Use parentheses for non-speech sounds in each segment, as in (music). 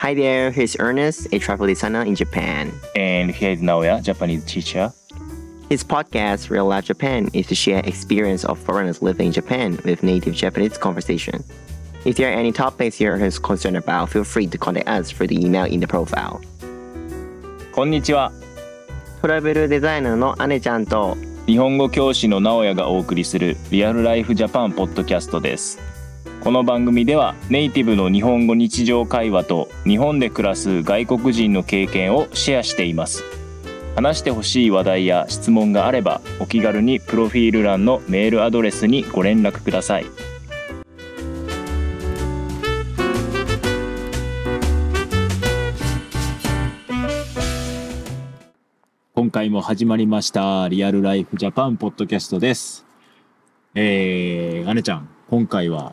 Hi there, here's Ernest, a travel designer in Japan. And here is Naoya, Japanese teacher. His podcast, Real Life Japan, is to share experience of foreigners living in Japan with native Japanese conversation. If there are any topics you're concerned about, feel free to contact us through the email in the profile. こんにちは。トラベルデザイナーの姉ちゃんと日本語教師の直哉がお送りするリアルライフジャパンポッドキャストです。この番組ではネイティブの日本語日常会話と日本で暮らす外国人の経験をシェアしています。話してほしい話題や質問があればお気軽にプロフィール欄のメールアドレスにご連絡ください。今回も始まりました。リアルライフジャパンポッドキャストです。えー、姉ちゃん、今回は、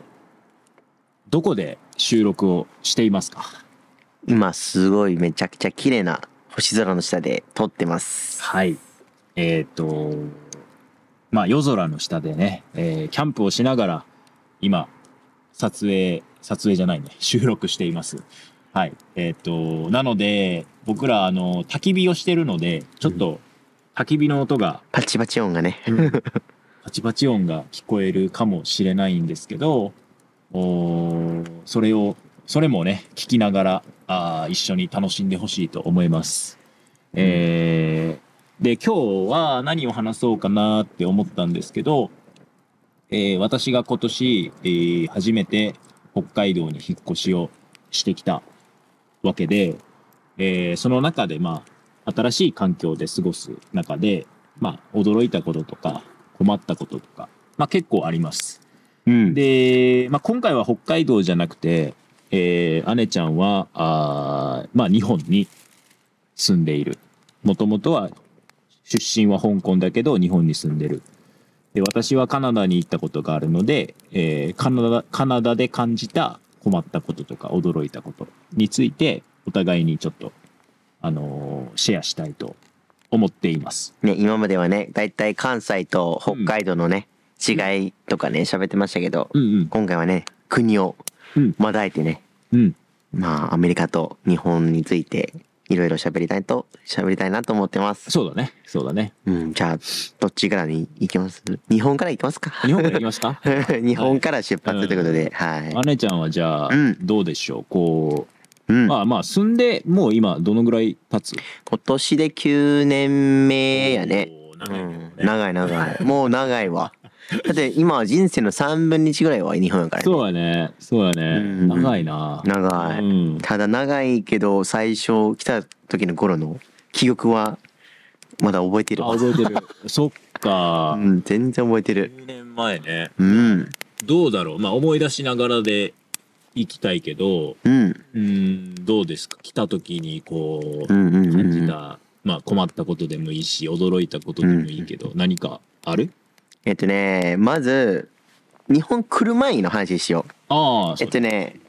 どこで収録をしていますか今すごいめちゃくちゃ綺麗な星空の下で撮ってます。はい。えっ、と、まあ夜空の下でね、えーキャンプをしながら、今、撮影、撮影じゃないね、収録しています。はい。えっ、と、なので、僕ら、あの、焚き火をしてるので、ちょっと、焚き火の音が、パチパチ音がね。 (laughs) パチパチ音が聞こえるかもしれないんですけど、おーそれを、それもね、聞きながら、あー一緒に楽しんでほしいと思います。えーで、今日は何を話そうかなって思ったんですけど、えー私が今年、えー初めて北海道に引っ越しをしてきたわけで、えーその中で、まあ、新しい環境で過ごす中で、まあ、驚いたこととか、困ったこととか、まあ結構あります。うん。で、まあ今回は北海道じゃなくて、えー、姉ちゃんは、あーまあ日本に住んでいる。もともとは、出身は香港だけど日本に住んでる。で、私はカナダに行ったことがあるので、えーカナダ、カナダで感じた困ったこととか驚いたことについて、お互いにちょっと、あのーシェアしたいと思っています。ね、今まではね、だいたい関西と北海道のね、違いとかね、喋ってましたけど、うんうん。今回はね、国をうんまだいてね、うん。まあ、アメリカと日本について、いろいろ喋りたいと、喋りたいなと思ってます。そうだね。そうだね。うん、じゃあ、どっちからに行きます日本から行きますか日本から行きま (laughs) すか日本から出発ということで、はい。姉ちゃんはじゃあうんどうでしょう、こうんう、まあまあ住んでもう今どのぐらい経つ今年で9年目やね。うおー長いねん、長い長い。もう長いわ。だって今人生の3分の1ぐらいは日本やからね。そうやねそうやね、うん長いな長いうん、ただ長いけど最初来た時の頃の記憶はまだ覚えてるあわ、覚えて (laughs) るそっうか、ん、全然覚えてる10年前ねうんどうだろうまあ思い出しながらで行きたいけどうんうんどうですか来た時にこううんうん感じうた、んまあ困ったことでもいいし驚いたことでもいいけど、何かあるえっとねまず日本来る前の話しようああえっとね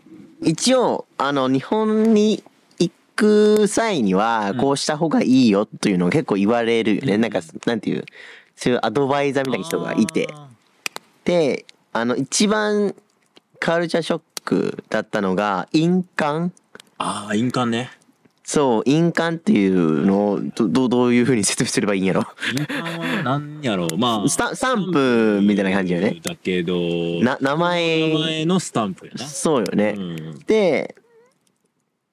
一応あの日本に行く際にはうんこうした方がいいよというのを結構言われるよね、うんなんかなんていうそういうアドバイザーみたいな人がいてあであの一番カルチャーショックだったのが印鑑ーあー印鑑ねそう印鑑っていうのをどどどういうふうに説明すればいいんやろ印鑑は何やろうまあスタスタンプみたいな感じよねだけどな名前名前のスタンプやな、そうよね、うん、で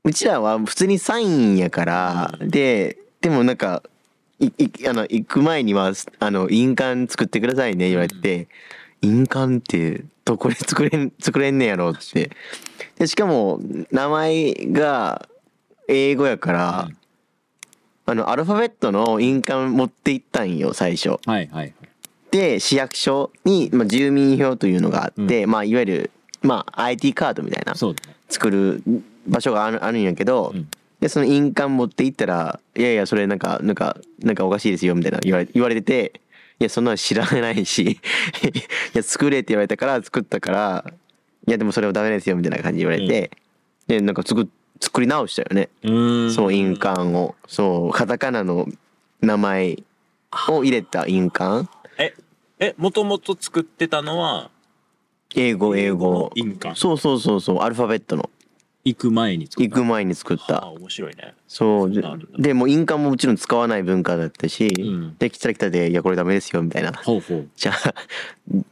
うちらは普通にサインやから、うんででもなんかいいあの行く前にはすあの印鑑作ってくださいね言われて、印鑑ってどこで作れん作れんねやろってでしかも名前が英語やから、うんあのアルファベットの印鑑持って行ったんよ最初。はいはいで市役所に、まあ、住民票というのがあって、まあ、いわゆる、まあ、IT カードみたいなそうだね作る場所があるあるんやけど、うんでその印鑑持って行ったら「いやいやそれなんかなんかなんかおかしいですよ」みたいな言われ言われてて「いやそんなの知らないし (laughs) いや作れ」って言われたから作ったから「いやでもそれはダメですよ」みたいな感じで言われて、でなんか作作り直したよね、うーんその印鑑をそうカタカナの名前を入れた印鑑え、え、もともと作ってたのは、英語英語印鑑。そうそうそうそうアルファベットの行く前に作っ行たく前に作っはあた面白いねそうそうでなんだでもう印鑑ももちろん使わない文化だったし、うんで来たら来たで「いやこれダメですよ」みたいな (laughs) ほうほう、じゃあ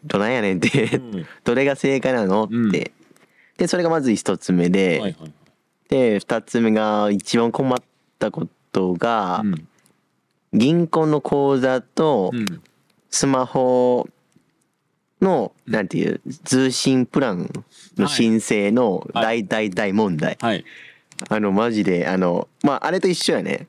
どないやねんって、うんどれが正解なのって、うんでそれがまず一つ目で、はいはいで二つ目が一番困ったことが、はいうん銀行の口座とうんスマホの、なんていう通信プランの申請のは大大大問題、はいあのマジであのまああれと一緒やね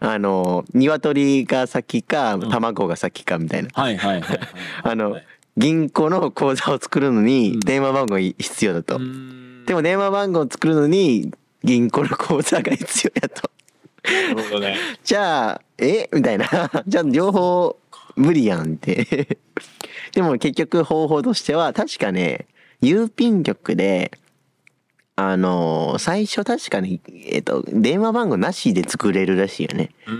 あの鶏が先かん卵が先かみたいな、はいはいはいはいあのはい銀行の口座を作るのうんに電話番号い必要だと、うーんでも電話番号を作るのに銀行の口座が必要やと (laughs) なるほどね。じゃあえみたいな (laughs) じゃあ両方無理やんって (laughs) でも結局方法としては確かね郵便局であの最初確かに、えっと電話番号なしで作れるらしいよねうー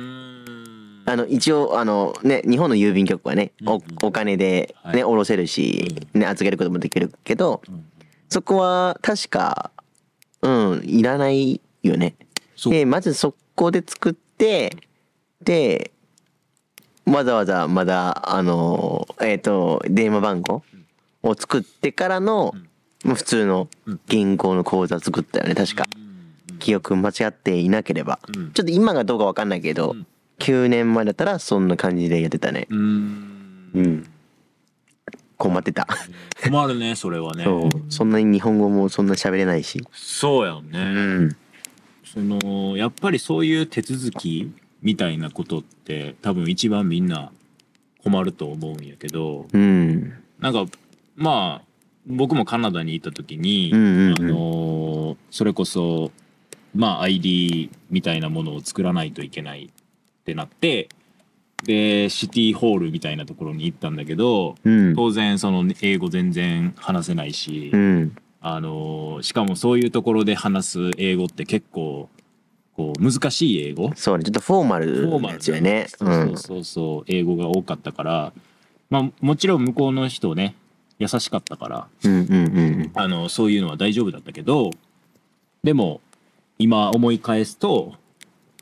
んあの一応あのね日本の郵便局はねうんうおんお金ではいね下ろせるしね預けることもできるけどうんそこは確かうんいらないよねそうでまずそこで作ってでわざわざまだあのえっ、と電話番号を作ってからのうんまあ普通のうん銀行の口座作ったよね確かうん記憶間違っていなければうんちょっと今がどうかわかんないけど、うん9年前だったらそんな感じでやってたねうーんうん困ってた、困るねそれはねそうそんなに日本語もそんな喋れないしそうやんね、うんそのやっぱりそういう手続きみたいなことって多分一番みんな困ると思うんやけどうんなんかまあ僕もカナダに行った時に、うんうんあうんのーそれこそまあ ID みたいなものを作らないといけないってなってでシティホールみたいなところに行ったんだけどうん当然その英語全然話せないし、うんあのーしかもそういうところで話す英語って結構こう難しい英語そうねちょっとフォーマフォルーマなルやつよねなそうそうそうそう、英語が多かったからまあもちろん向こうの人ね優しかったからうんうんうんあのそういうのは大丈夫だったけどでも今思い返すと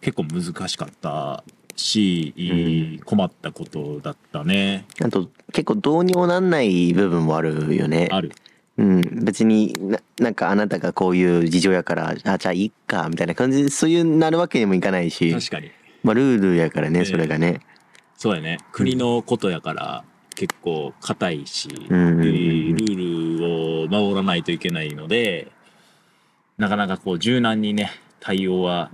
結構難しかったし、いい困ったことだったねあと結構どうにもなんない部分もあるよねあるうん、別にななんかあなたがこういう事情やからあじゃあいっかみたいな感じでそういうなるわけにもいかないし、確かにまあ、ルールやからえねえそれがね、そうやね国のことやから結構硬いし、うんうんえうんールールを守らないといけないのでなかなかこう柔軟にね対応は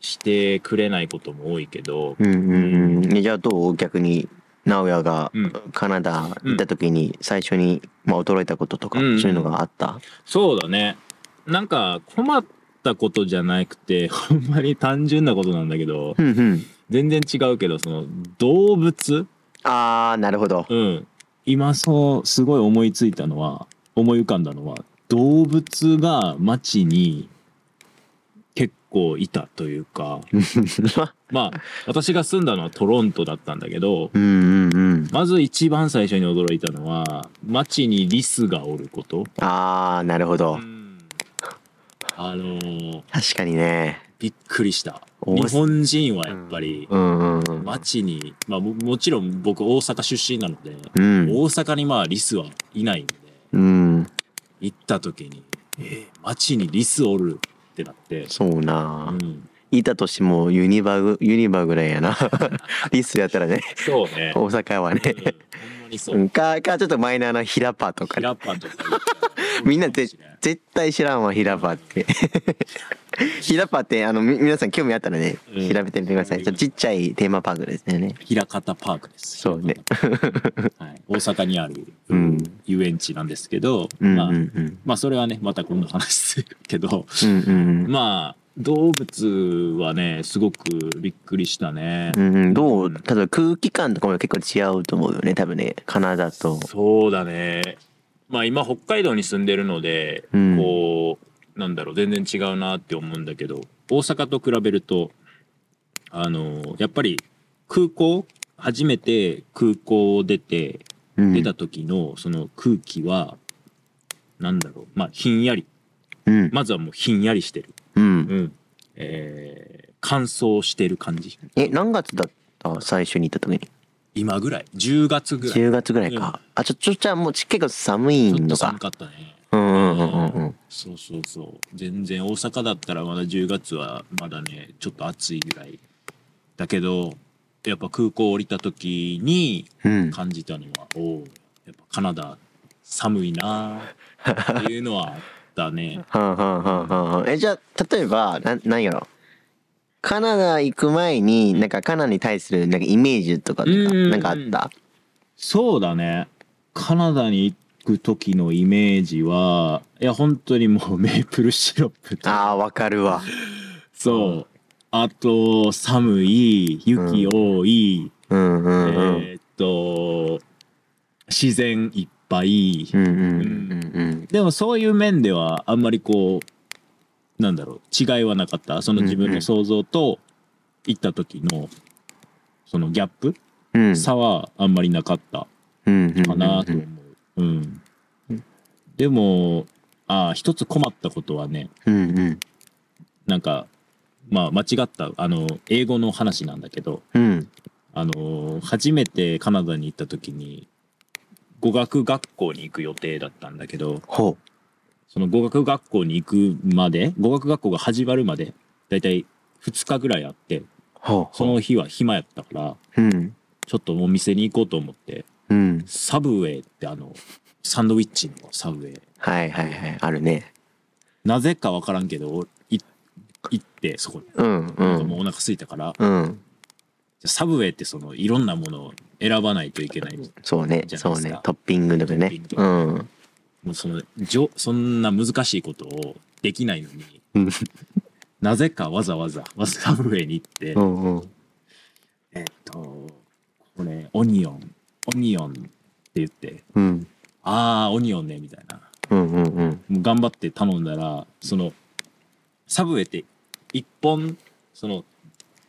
してくれないことも多いけど、うんうんうん、えじゃあどう逆に直哉がうんカナダ行った時に最初に、まあ、驚いたこととかうそうんいうのがあった、そうだねなんか困ったことじゃなくてほんまに単純なことなんだけどうんうん、全然違うけどその動物ああなるほどうん今そうすごい思いついたのは思い浮かんだのは動物が街に結構いたとい (laughs) うかまあ私が住んだのはトロントだったんだけどうんうんうんまず一番最初に驚いたのは街にリスがおること、ああなるほど、あのー確かにねびっくりしたお日本人はやっぱりうんうんうん街に、まあ、ももちろん僕大阪出身なので、うん大阪にまあリスはいないのでうん行った時に「えー街にリスおる」ってなって、そううな、ん、いたとしてもユニバグユニバぐらいや (laughs) なリスやったらねそうね、うん、ほ大阪はね、んまにそううんかかちょっとマイナーなヒラパとかキねラパとか言ったらみんなぜ絶対知らんわヒラパって (laughs) ヒラパってあのみ皆さん興味あったらねうん調べてみてください、ちょっとちっちゃいテーマパークですね平方パークです。そうね枚方、はい。大阪にある、うん遊園地なんですけど、うんうまあんうんまあそれはねまた今度話するけど、うんうんまあ動物はねすごくびっくりしたね。うんうんどう例えば空気感とかも結構違うと思うよね多分ねカナダとそうだね。まあ今北海道に住んでるので、うんこうなんだろう全然違うなって思うんだけど大阪と比べるとあのやっぱり空港初めて空港を出てうん出た時のその空気は、なんだろうまあひんやりうんまずはもうひんやりしてる、うんうんえー乾燥してる感じえ何月だった最初に行った時に今ぐらい10月ぐらい10月ぐらいうんかあちょちょじゃあもうち結構寒いちょっとの寒かかったねうんうんうんうんうんそうそうそう全然大阪だったらまだ10月はまだねちょっと暑いぐらいだけどやっぱ空港降りた時にうん感じたのは、おおうやっぱカナダ寒いなーっていうのはあったねはんはんはんはんはんえじゃあ例えばな何やろカナダ行く前になんかカナダに対するなんかイメージとかなんかうんうんうんなんかあった (laughs) そうだねカナダに行く時のイメージはいや本当にもうメープルシロップとあーわかるわそうあと寒い雪多い、うんうんうん、えーっと自然いっぱい、うんうんうんでもそういう面ではあんまりこうなんだろう違いはなかったその自分の想像と行った時のそのギャップ、うんうん差はあんまりなかったうんうんかなと思う、うんでもあー一つ困ったことはねうんうんなんかまあ間違ったあの英語の話なんだけど、うんあのー初めてカナダに行った時に語学学校に行く予定だったんだけどほその語学学校に行くまで語学学校が始まるまでだいたい2日ぐらいあってうほうその日は暇やったからうんちょっとお店に行こうと思ってうんサブウェイってあのサンドイッチのサブウェイはいはいはいあるねなぜかわからんけどおい行ってそこに、うんうなんかもうんお腹空いたからうんサブウェイってそのいろんなものを選ばないといけないそうねじゃないですかそうねトッピングとかねトッピングうんもうそのじょそんな難しいことをできないのにうんなぜかわざわざワサブウェイに行って、うんうんえっとこれオニオンオニオンって言ってうんああオニオンねみたいなうんうんうんもう頑張って頼んだらそのサブウェイって一本その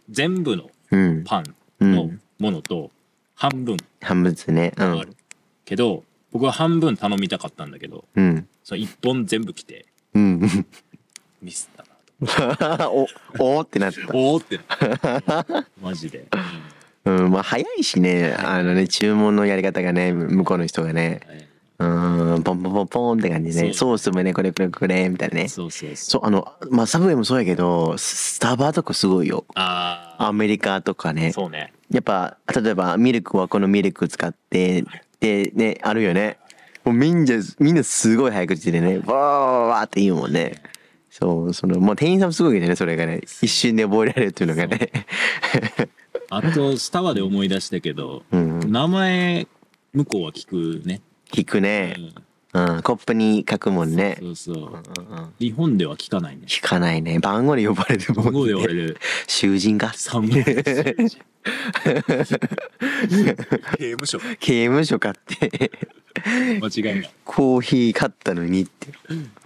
全部のうんパンうのんものと半分半分ですねうあんる、けど僕は半分頼みたかったんだけどうんその一本全部来てうん (laughs) ミスったなとお (laughs) おーってなった (laughs) おお (laughs) ってなマジで、うんうんまあ早いしねあのね注文のやり方がね向こうの人がねえうんポンポンポンポンって感じで、ね、そソースもねこれこれこれみたいなねそうそうそそううあのまあサブウェイもそうやけどススタバとかすごいよあアメリカとかあねそうねやっぱ例えばミルクはこのミルク使ってでねあるよねもうみんなみんなすごい早口でねわーわーわーって言うもんねそうそのもう店員さんもすごいけどねそれがね一瞬で覚えられるっていうのがねあとスタバで思い出したけど、うん名前向こうは聞くね、聞くね、うん、コップに書くもんねうん、そうそううんうんうん日本では聞かないね聞かないね番号で呼ばれても向こうでね俺る囚人が三文字刑務所 (laughs) 刑務所買って間違いないコーヒー買ったのにって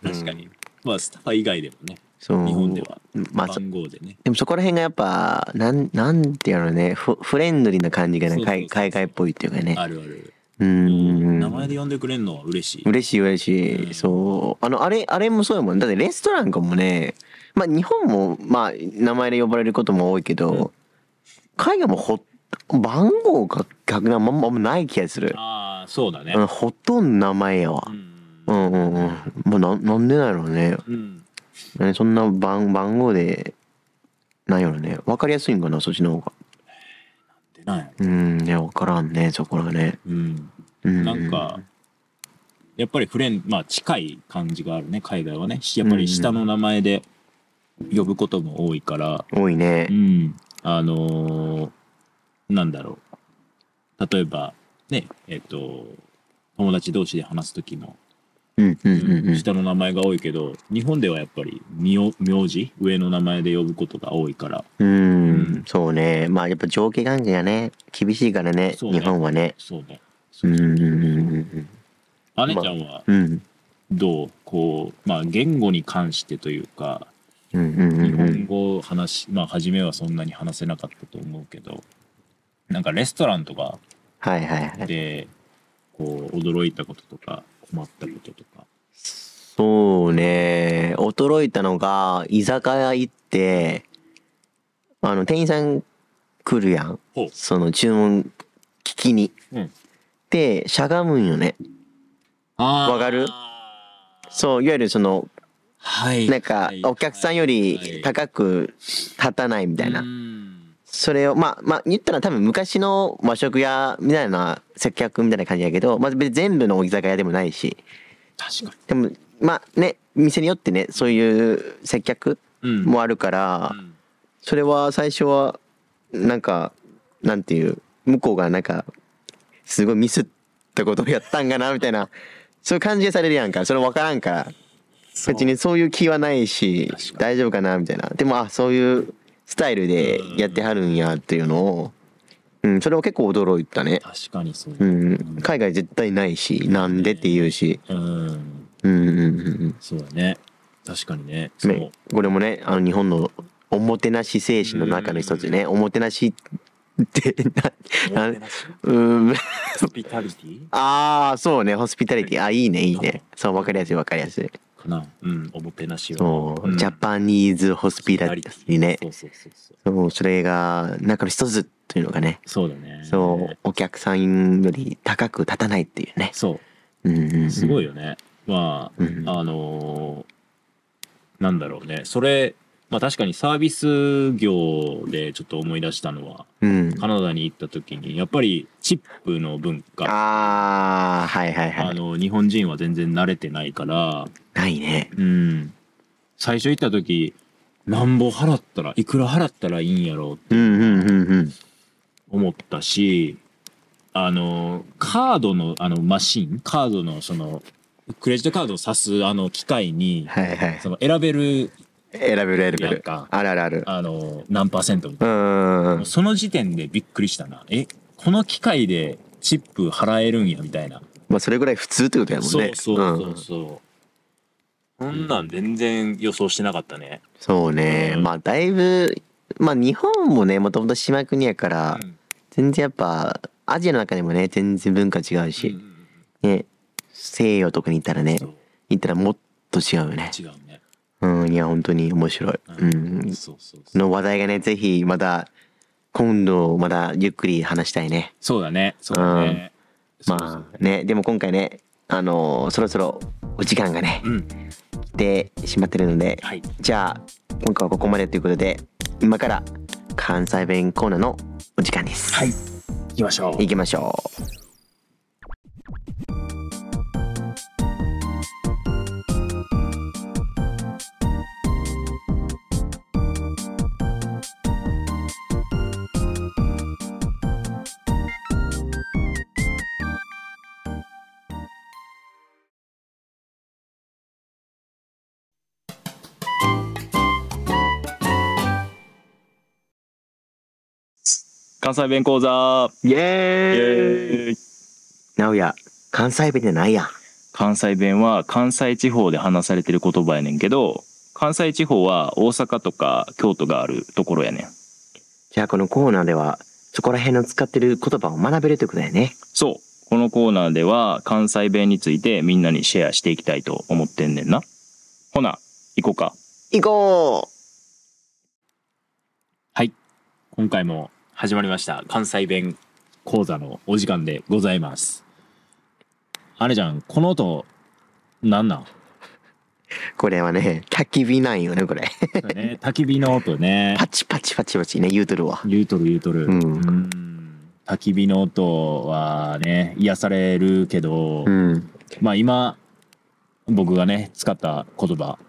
確かに、まあスタバ以外でもねそう日本ではまあそ番号でねでもそこら辺がやっぱなんなんていうのねフフレンドリーな感じがそねうそうそう海海外っぽいっていうかねあるある、う名前んで呼んでくれるのは嬉しい嬉しい嬉しい、うんそうあのあれあれもそうやもんだってレストランかもねまあ日本もまあ名前で呼ばれることも多いけど、うん海外もほ番号が逆なまんまない気がする、ああそうだねうん、ほとんど名前やわ、うんうんうんうん。まあ、なんなんでなんやろうね。うんねそんな番番号で、なんやろうね。わかりやすいんかな、そっちの方が。でないうん、いや、わからんね、そこらがね。うんうん、なんか、やっぱりフレンまあ近い感じがあるね海外はねやっぱり下の名前で呼ぶことも多いから多いねうん、。あのーなんだろう例えばねえっ、と友達同士で話す時も、うんうんうんうん。下の名前が多いけど日本ではやっぱり名名字上の名前で呼ぶことが多いからうん、そうね。まあ、やっぱ上下関係がね、厳しいからね、そうね日本はね。そうねうんうんうん姉ちゃんはうんうん。どうこうまあ言語に関してというかうんうん日うんう本ん。語を話し、まあ初めはそんなに話せなかったと思うけどなんかレストランとかはいはいはい。でこう驚いたこととか困ったこととかそうね。お驚いたのが、居酒屋行って、あの、店員さん来るやんほう。その注文聞きに。うんで、しゃがむんよね。あーわかるそう、いわゆるその、はいなんか、お客さんよりい高く立たないみたいなう。んそれを、まあ、まあ、言ったら多分昔の和食屋みたいな接客みたいな感じやけど、まあ別に全部の居酒屋でもないし、確かでも、まあね、店によってね、そういう接客にうんもあるから、うんそれは最初はなんかなんていう向こうがなんかすごいミスったことをやったんかなみたいなそういう感じでされるやんかそれ分からんからそう別にそういう気はないし確かに大丈夫かなみたいなでもあそういうスタイルでやってはるんやっていうのを、うん、それを結構驚いたね、確かにそうう、うん海外絶対ないしなんでって言うし、んうんうんうんうんそうだね確かにねそうね、これもねあの日本のおもてなし精神の中の一つでねおもてなしってななうーん (laughs) ホスピタリティああそうねホスピタリティあいいねいいねそう分かりやすい分かりやすいかなうんおもてなしをそう、うんジャパニーズホスピタリティねそうそうそうそうそうそれが中の一つというのがねそうだねそうお客さんより高く立たないっていうねそうんうん、う、うんすごい、いよねまうあん、あのーなんだろうねそれまあ確かにサービス業でちょっと思い出したのはうん、カナダに行った時にやっぱりチップの文化ああはいはいはあいの日本人は全然慣れてないからないねうん最初行った時なんぼ払ったらいくら払ったらいいんやろううんうんうんうん思ったしあのカードのあのマシンカードのそのクレジットカードを挿すあの機械にはいはいその選べる選べる選べやんるかあるあるあるあの何パーセントみたいうんなその時点でびっくりしたなえこの機械でチップ払えるんやみたいな、まあそれぐらい普通ってことやもんそうね。そうそうそう、そんなん全然予想してなかったね。んそうね。うんまあだいぶまあ日本もねもともと島国やかうらん全然やっぱアジアの中でもね全然文化違ううし、んね西洋とかに行ったらねそう行ったらもっと違うよね。違うね、うんいや本当に面白い。ううんん。そうそうそうの話題がねぜひまた今度まだゆっくり話したいね。そうだねそうだね、そうそうまあねでも今回ねあのそろそろお時間がねうん来てしまってるので。はいじゃあ今回はここまでということで今から関西弁コーナーのお時間です。はい行きましょう行きましょう。関西弁講座イイエーイ。エーイなおや関西弁じゃないやん。関西弁は関西地方で話されてる言葉やねんけど関西地方は大阪とか京都があるところやねんじゃあこのコーナーではそこら辺の使ってる言葉を学べるということだよね。そうこのコーナーでは関西弁についてみんなにシェアしていきたいと思ってんねんなほな行こうか行こ今回も始まりました関西弁講座のお時間でございますあれじゃんこの音な (laughs) んなん、うこれはね焚き火なんよねこれ。そうだね、焚き火の音 (laughs) ねパチパチパチパチね言うとるわ。言うとる言うとる、ううんん。焚き火の音はね癒されるけど、うん。まあ今僕がね使った言葉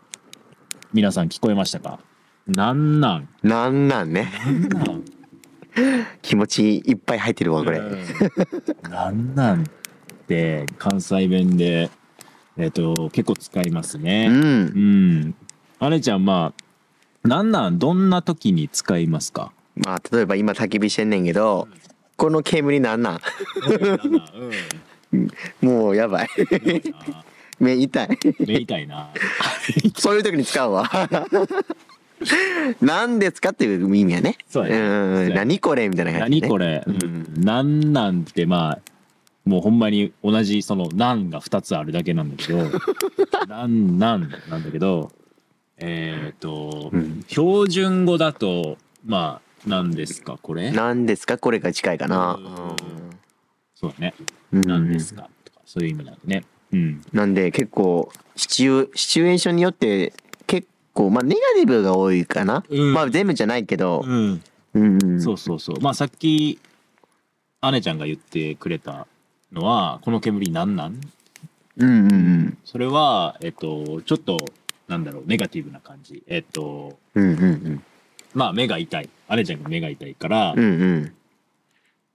皆さん聞こえましたかなんなんなんなんねなんなん気持ちいっぱい入ってるわこれ。うんなんなんって関西弁で、えっと結構使いますうね。んう。ん。あれちゃんまあなんなんどんな時に使いますかまあ例えば今焚き火してんねんけどこの煙なんなんもうやばい。 (laughs) 目痛い。目痛いな。そういう時に使うわ。 (laughs) 何ですかっていう意味やね。そうやねんそうやね何これみたいな感じ、ね。何これ、んなんなんってまあもうほんまに同じその「なん」が2つあるだけなんだけど「なんなん」なんだけどえっ、と、うん標準語だと、まあ、何ですか、これ何ですかこれが近いかなそうだね。うん何ですか、とか、そういう意味なんでね。うん。なんで結構シチュシチュエーションによって結構まあネガティブが多いかな、うんまあ全部じゃないけど、うん。うんうんそうそうそう。まあさっき、姉ちゃんが言ってくれたのは、この煙なんなんうんうんそれは、えっと、ちょっと、なんだろう、ネガティブな感じ。えっと、うんうんうんまあ目が痛い。姉ちゃんが目が痛いから、うんうん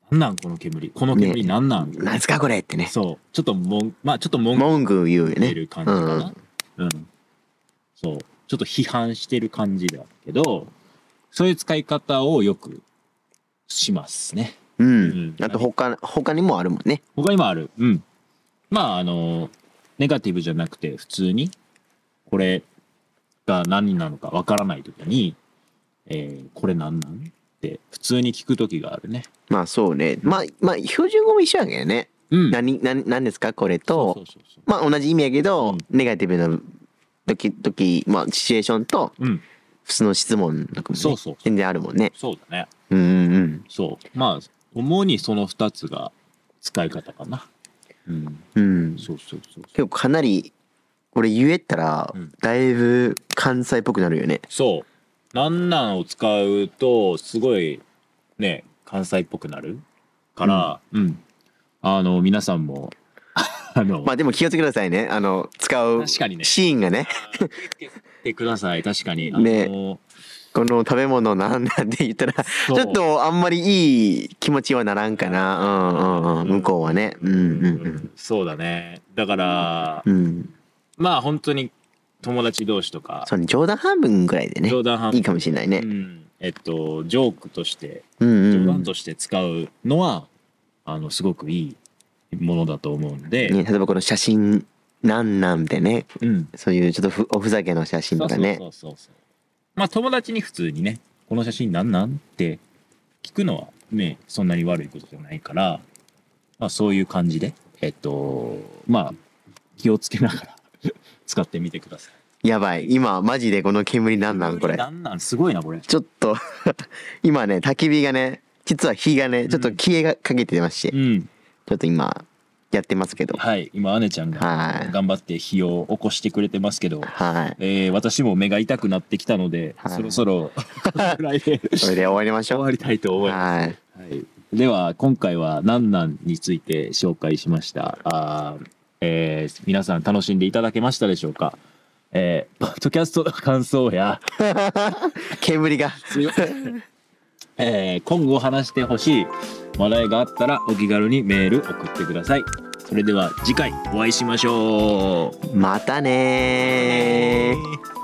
なんなんこの煙。この煙なんなん、うん何すかこれってねそう。ちょっともん、まあちょっと文句文句言うよ言ってねる感じかな。うん、そう。ちょっと批判してる感じだけど、そういう使い方をよくしますね。うん、うんあと他他にもあるもんね他にもある。うん。まあ、あの、ネガティブじゃなくて、普通に、これが何なのかわからないときに、えー、これ何なんって、普通に聞くときがあるね。まあそうねまあまあ標準語も一緒やけどね、うん。何何何ですかこれとそうそうそうまあ同じ意味やけど、うんネガティブな時時まあシチュエーションとそう。うん。普通の質問とかもねそうそう全然あるもんねそうだね。うんうんうんそう。まあ、主にその二つが使い方かな。うん。うんそうそうそう。結構かなりこれ言えたらうんだいぶ関西っぽくなるよねそう。なんなんを使うと、すごい、ね、関西っぽくなるから、うん。あの、皆さんも、 (laughs) あの、まあでも気をつけてくださいねあの使う確かにねシーンがね気をつけてください。確かに。あのねこの食べ物なんだって言ったらちそうょっとあんまりいい気持ちはならんかなうんうんうん向こうはねうんうんそうだね。だから、うんうんまあ本当に友達同士とか、そうね冗談半分ぐらいでね冗談半分いいかもしれないうねん、えっと、ジョークとして、うん冗うんう談んとして使うのは、あの、すごくいいものだと思うんで、ね例えばこの写真なんなんでねうん。そういうちょっとふおふざけの写真とかねそうそうそうそう。まあ友達に普通にね、この写真なんなんって聞くのはね、そんなに悪いことじゃないから、まあそういう感じで、えっと、まあ気をつけながら使ってみてください。やばい今マジでこの煙なんなんこれなんなんすごいなこれ。ちょっと (laughs) 今ね焚き火がね実は火がねちょっと消えがかけてまして、うちん。ょっと今やってますけどははい。今、姉ちゃんがい頑張って火を起こしてくれてますけど、はいえー、私も目が痛くなってきたので、はいそろ (laughs) そろこのぐらいでそれで終わりまし終ょわりたいとう思います。はいはい、では今回は「なんなん」について紹介しましたあー、えー皆さん楽しんでいただけましたでしょうかえー、ポッドキャストの感 (laughs) 想や、煙がすいませんえー今後話してほしい話題があったらお気軽にメール送ってくださいそれでは次回お会いしましょうまたねー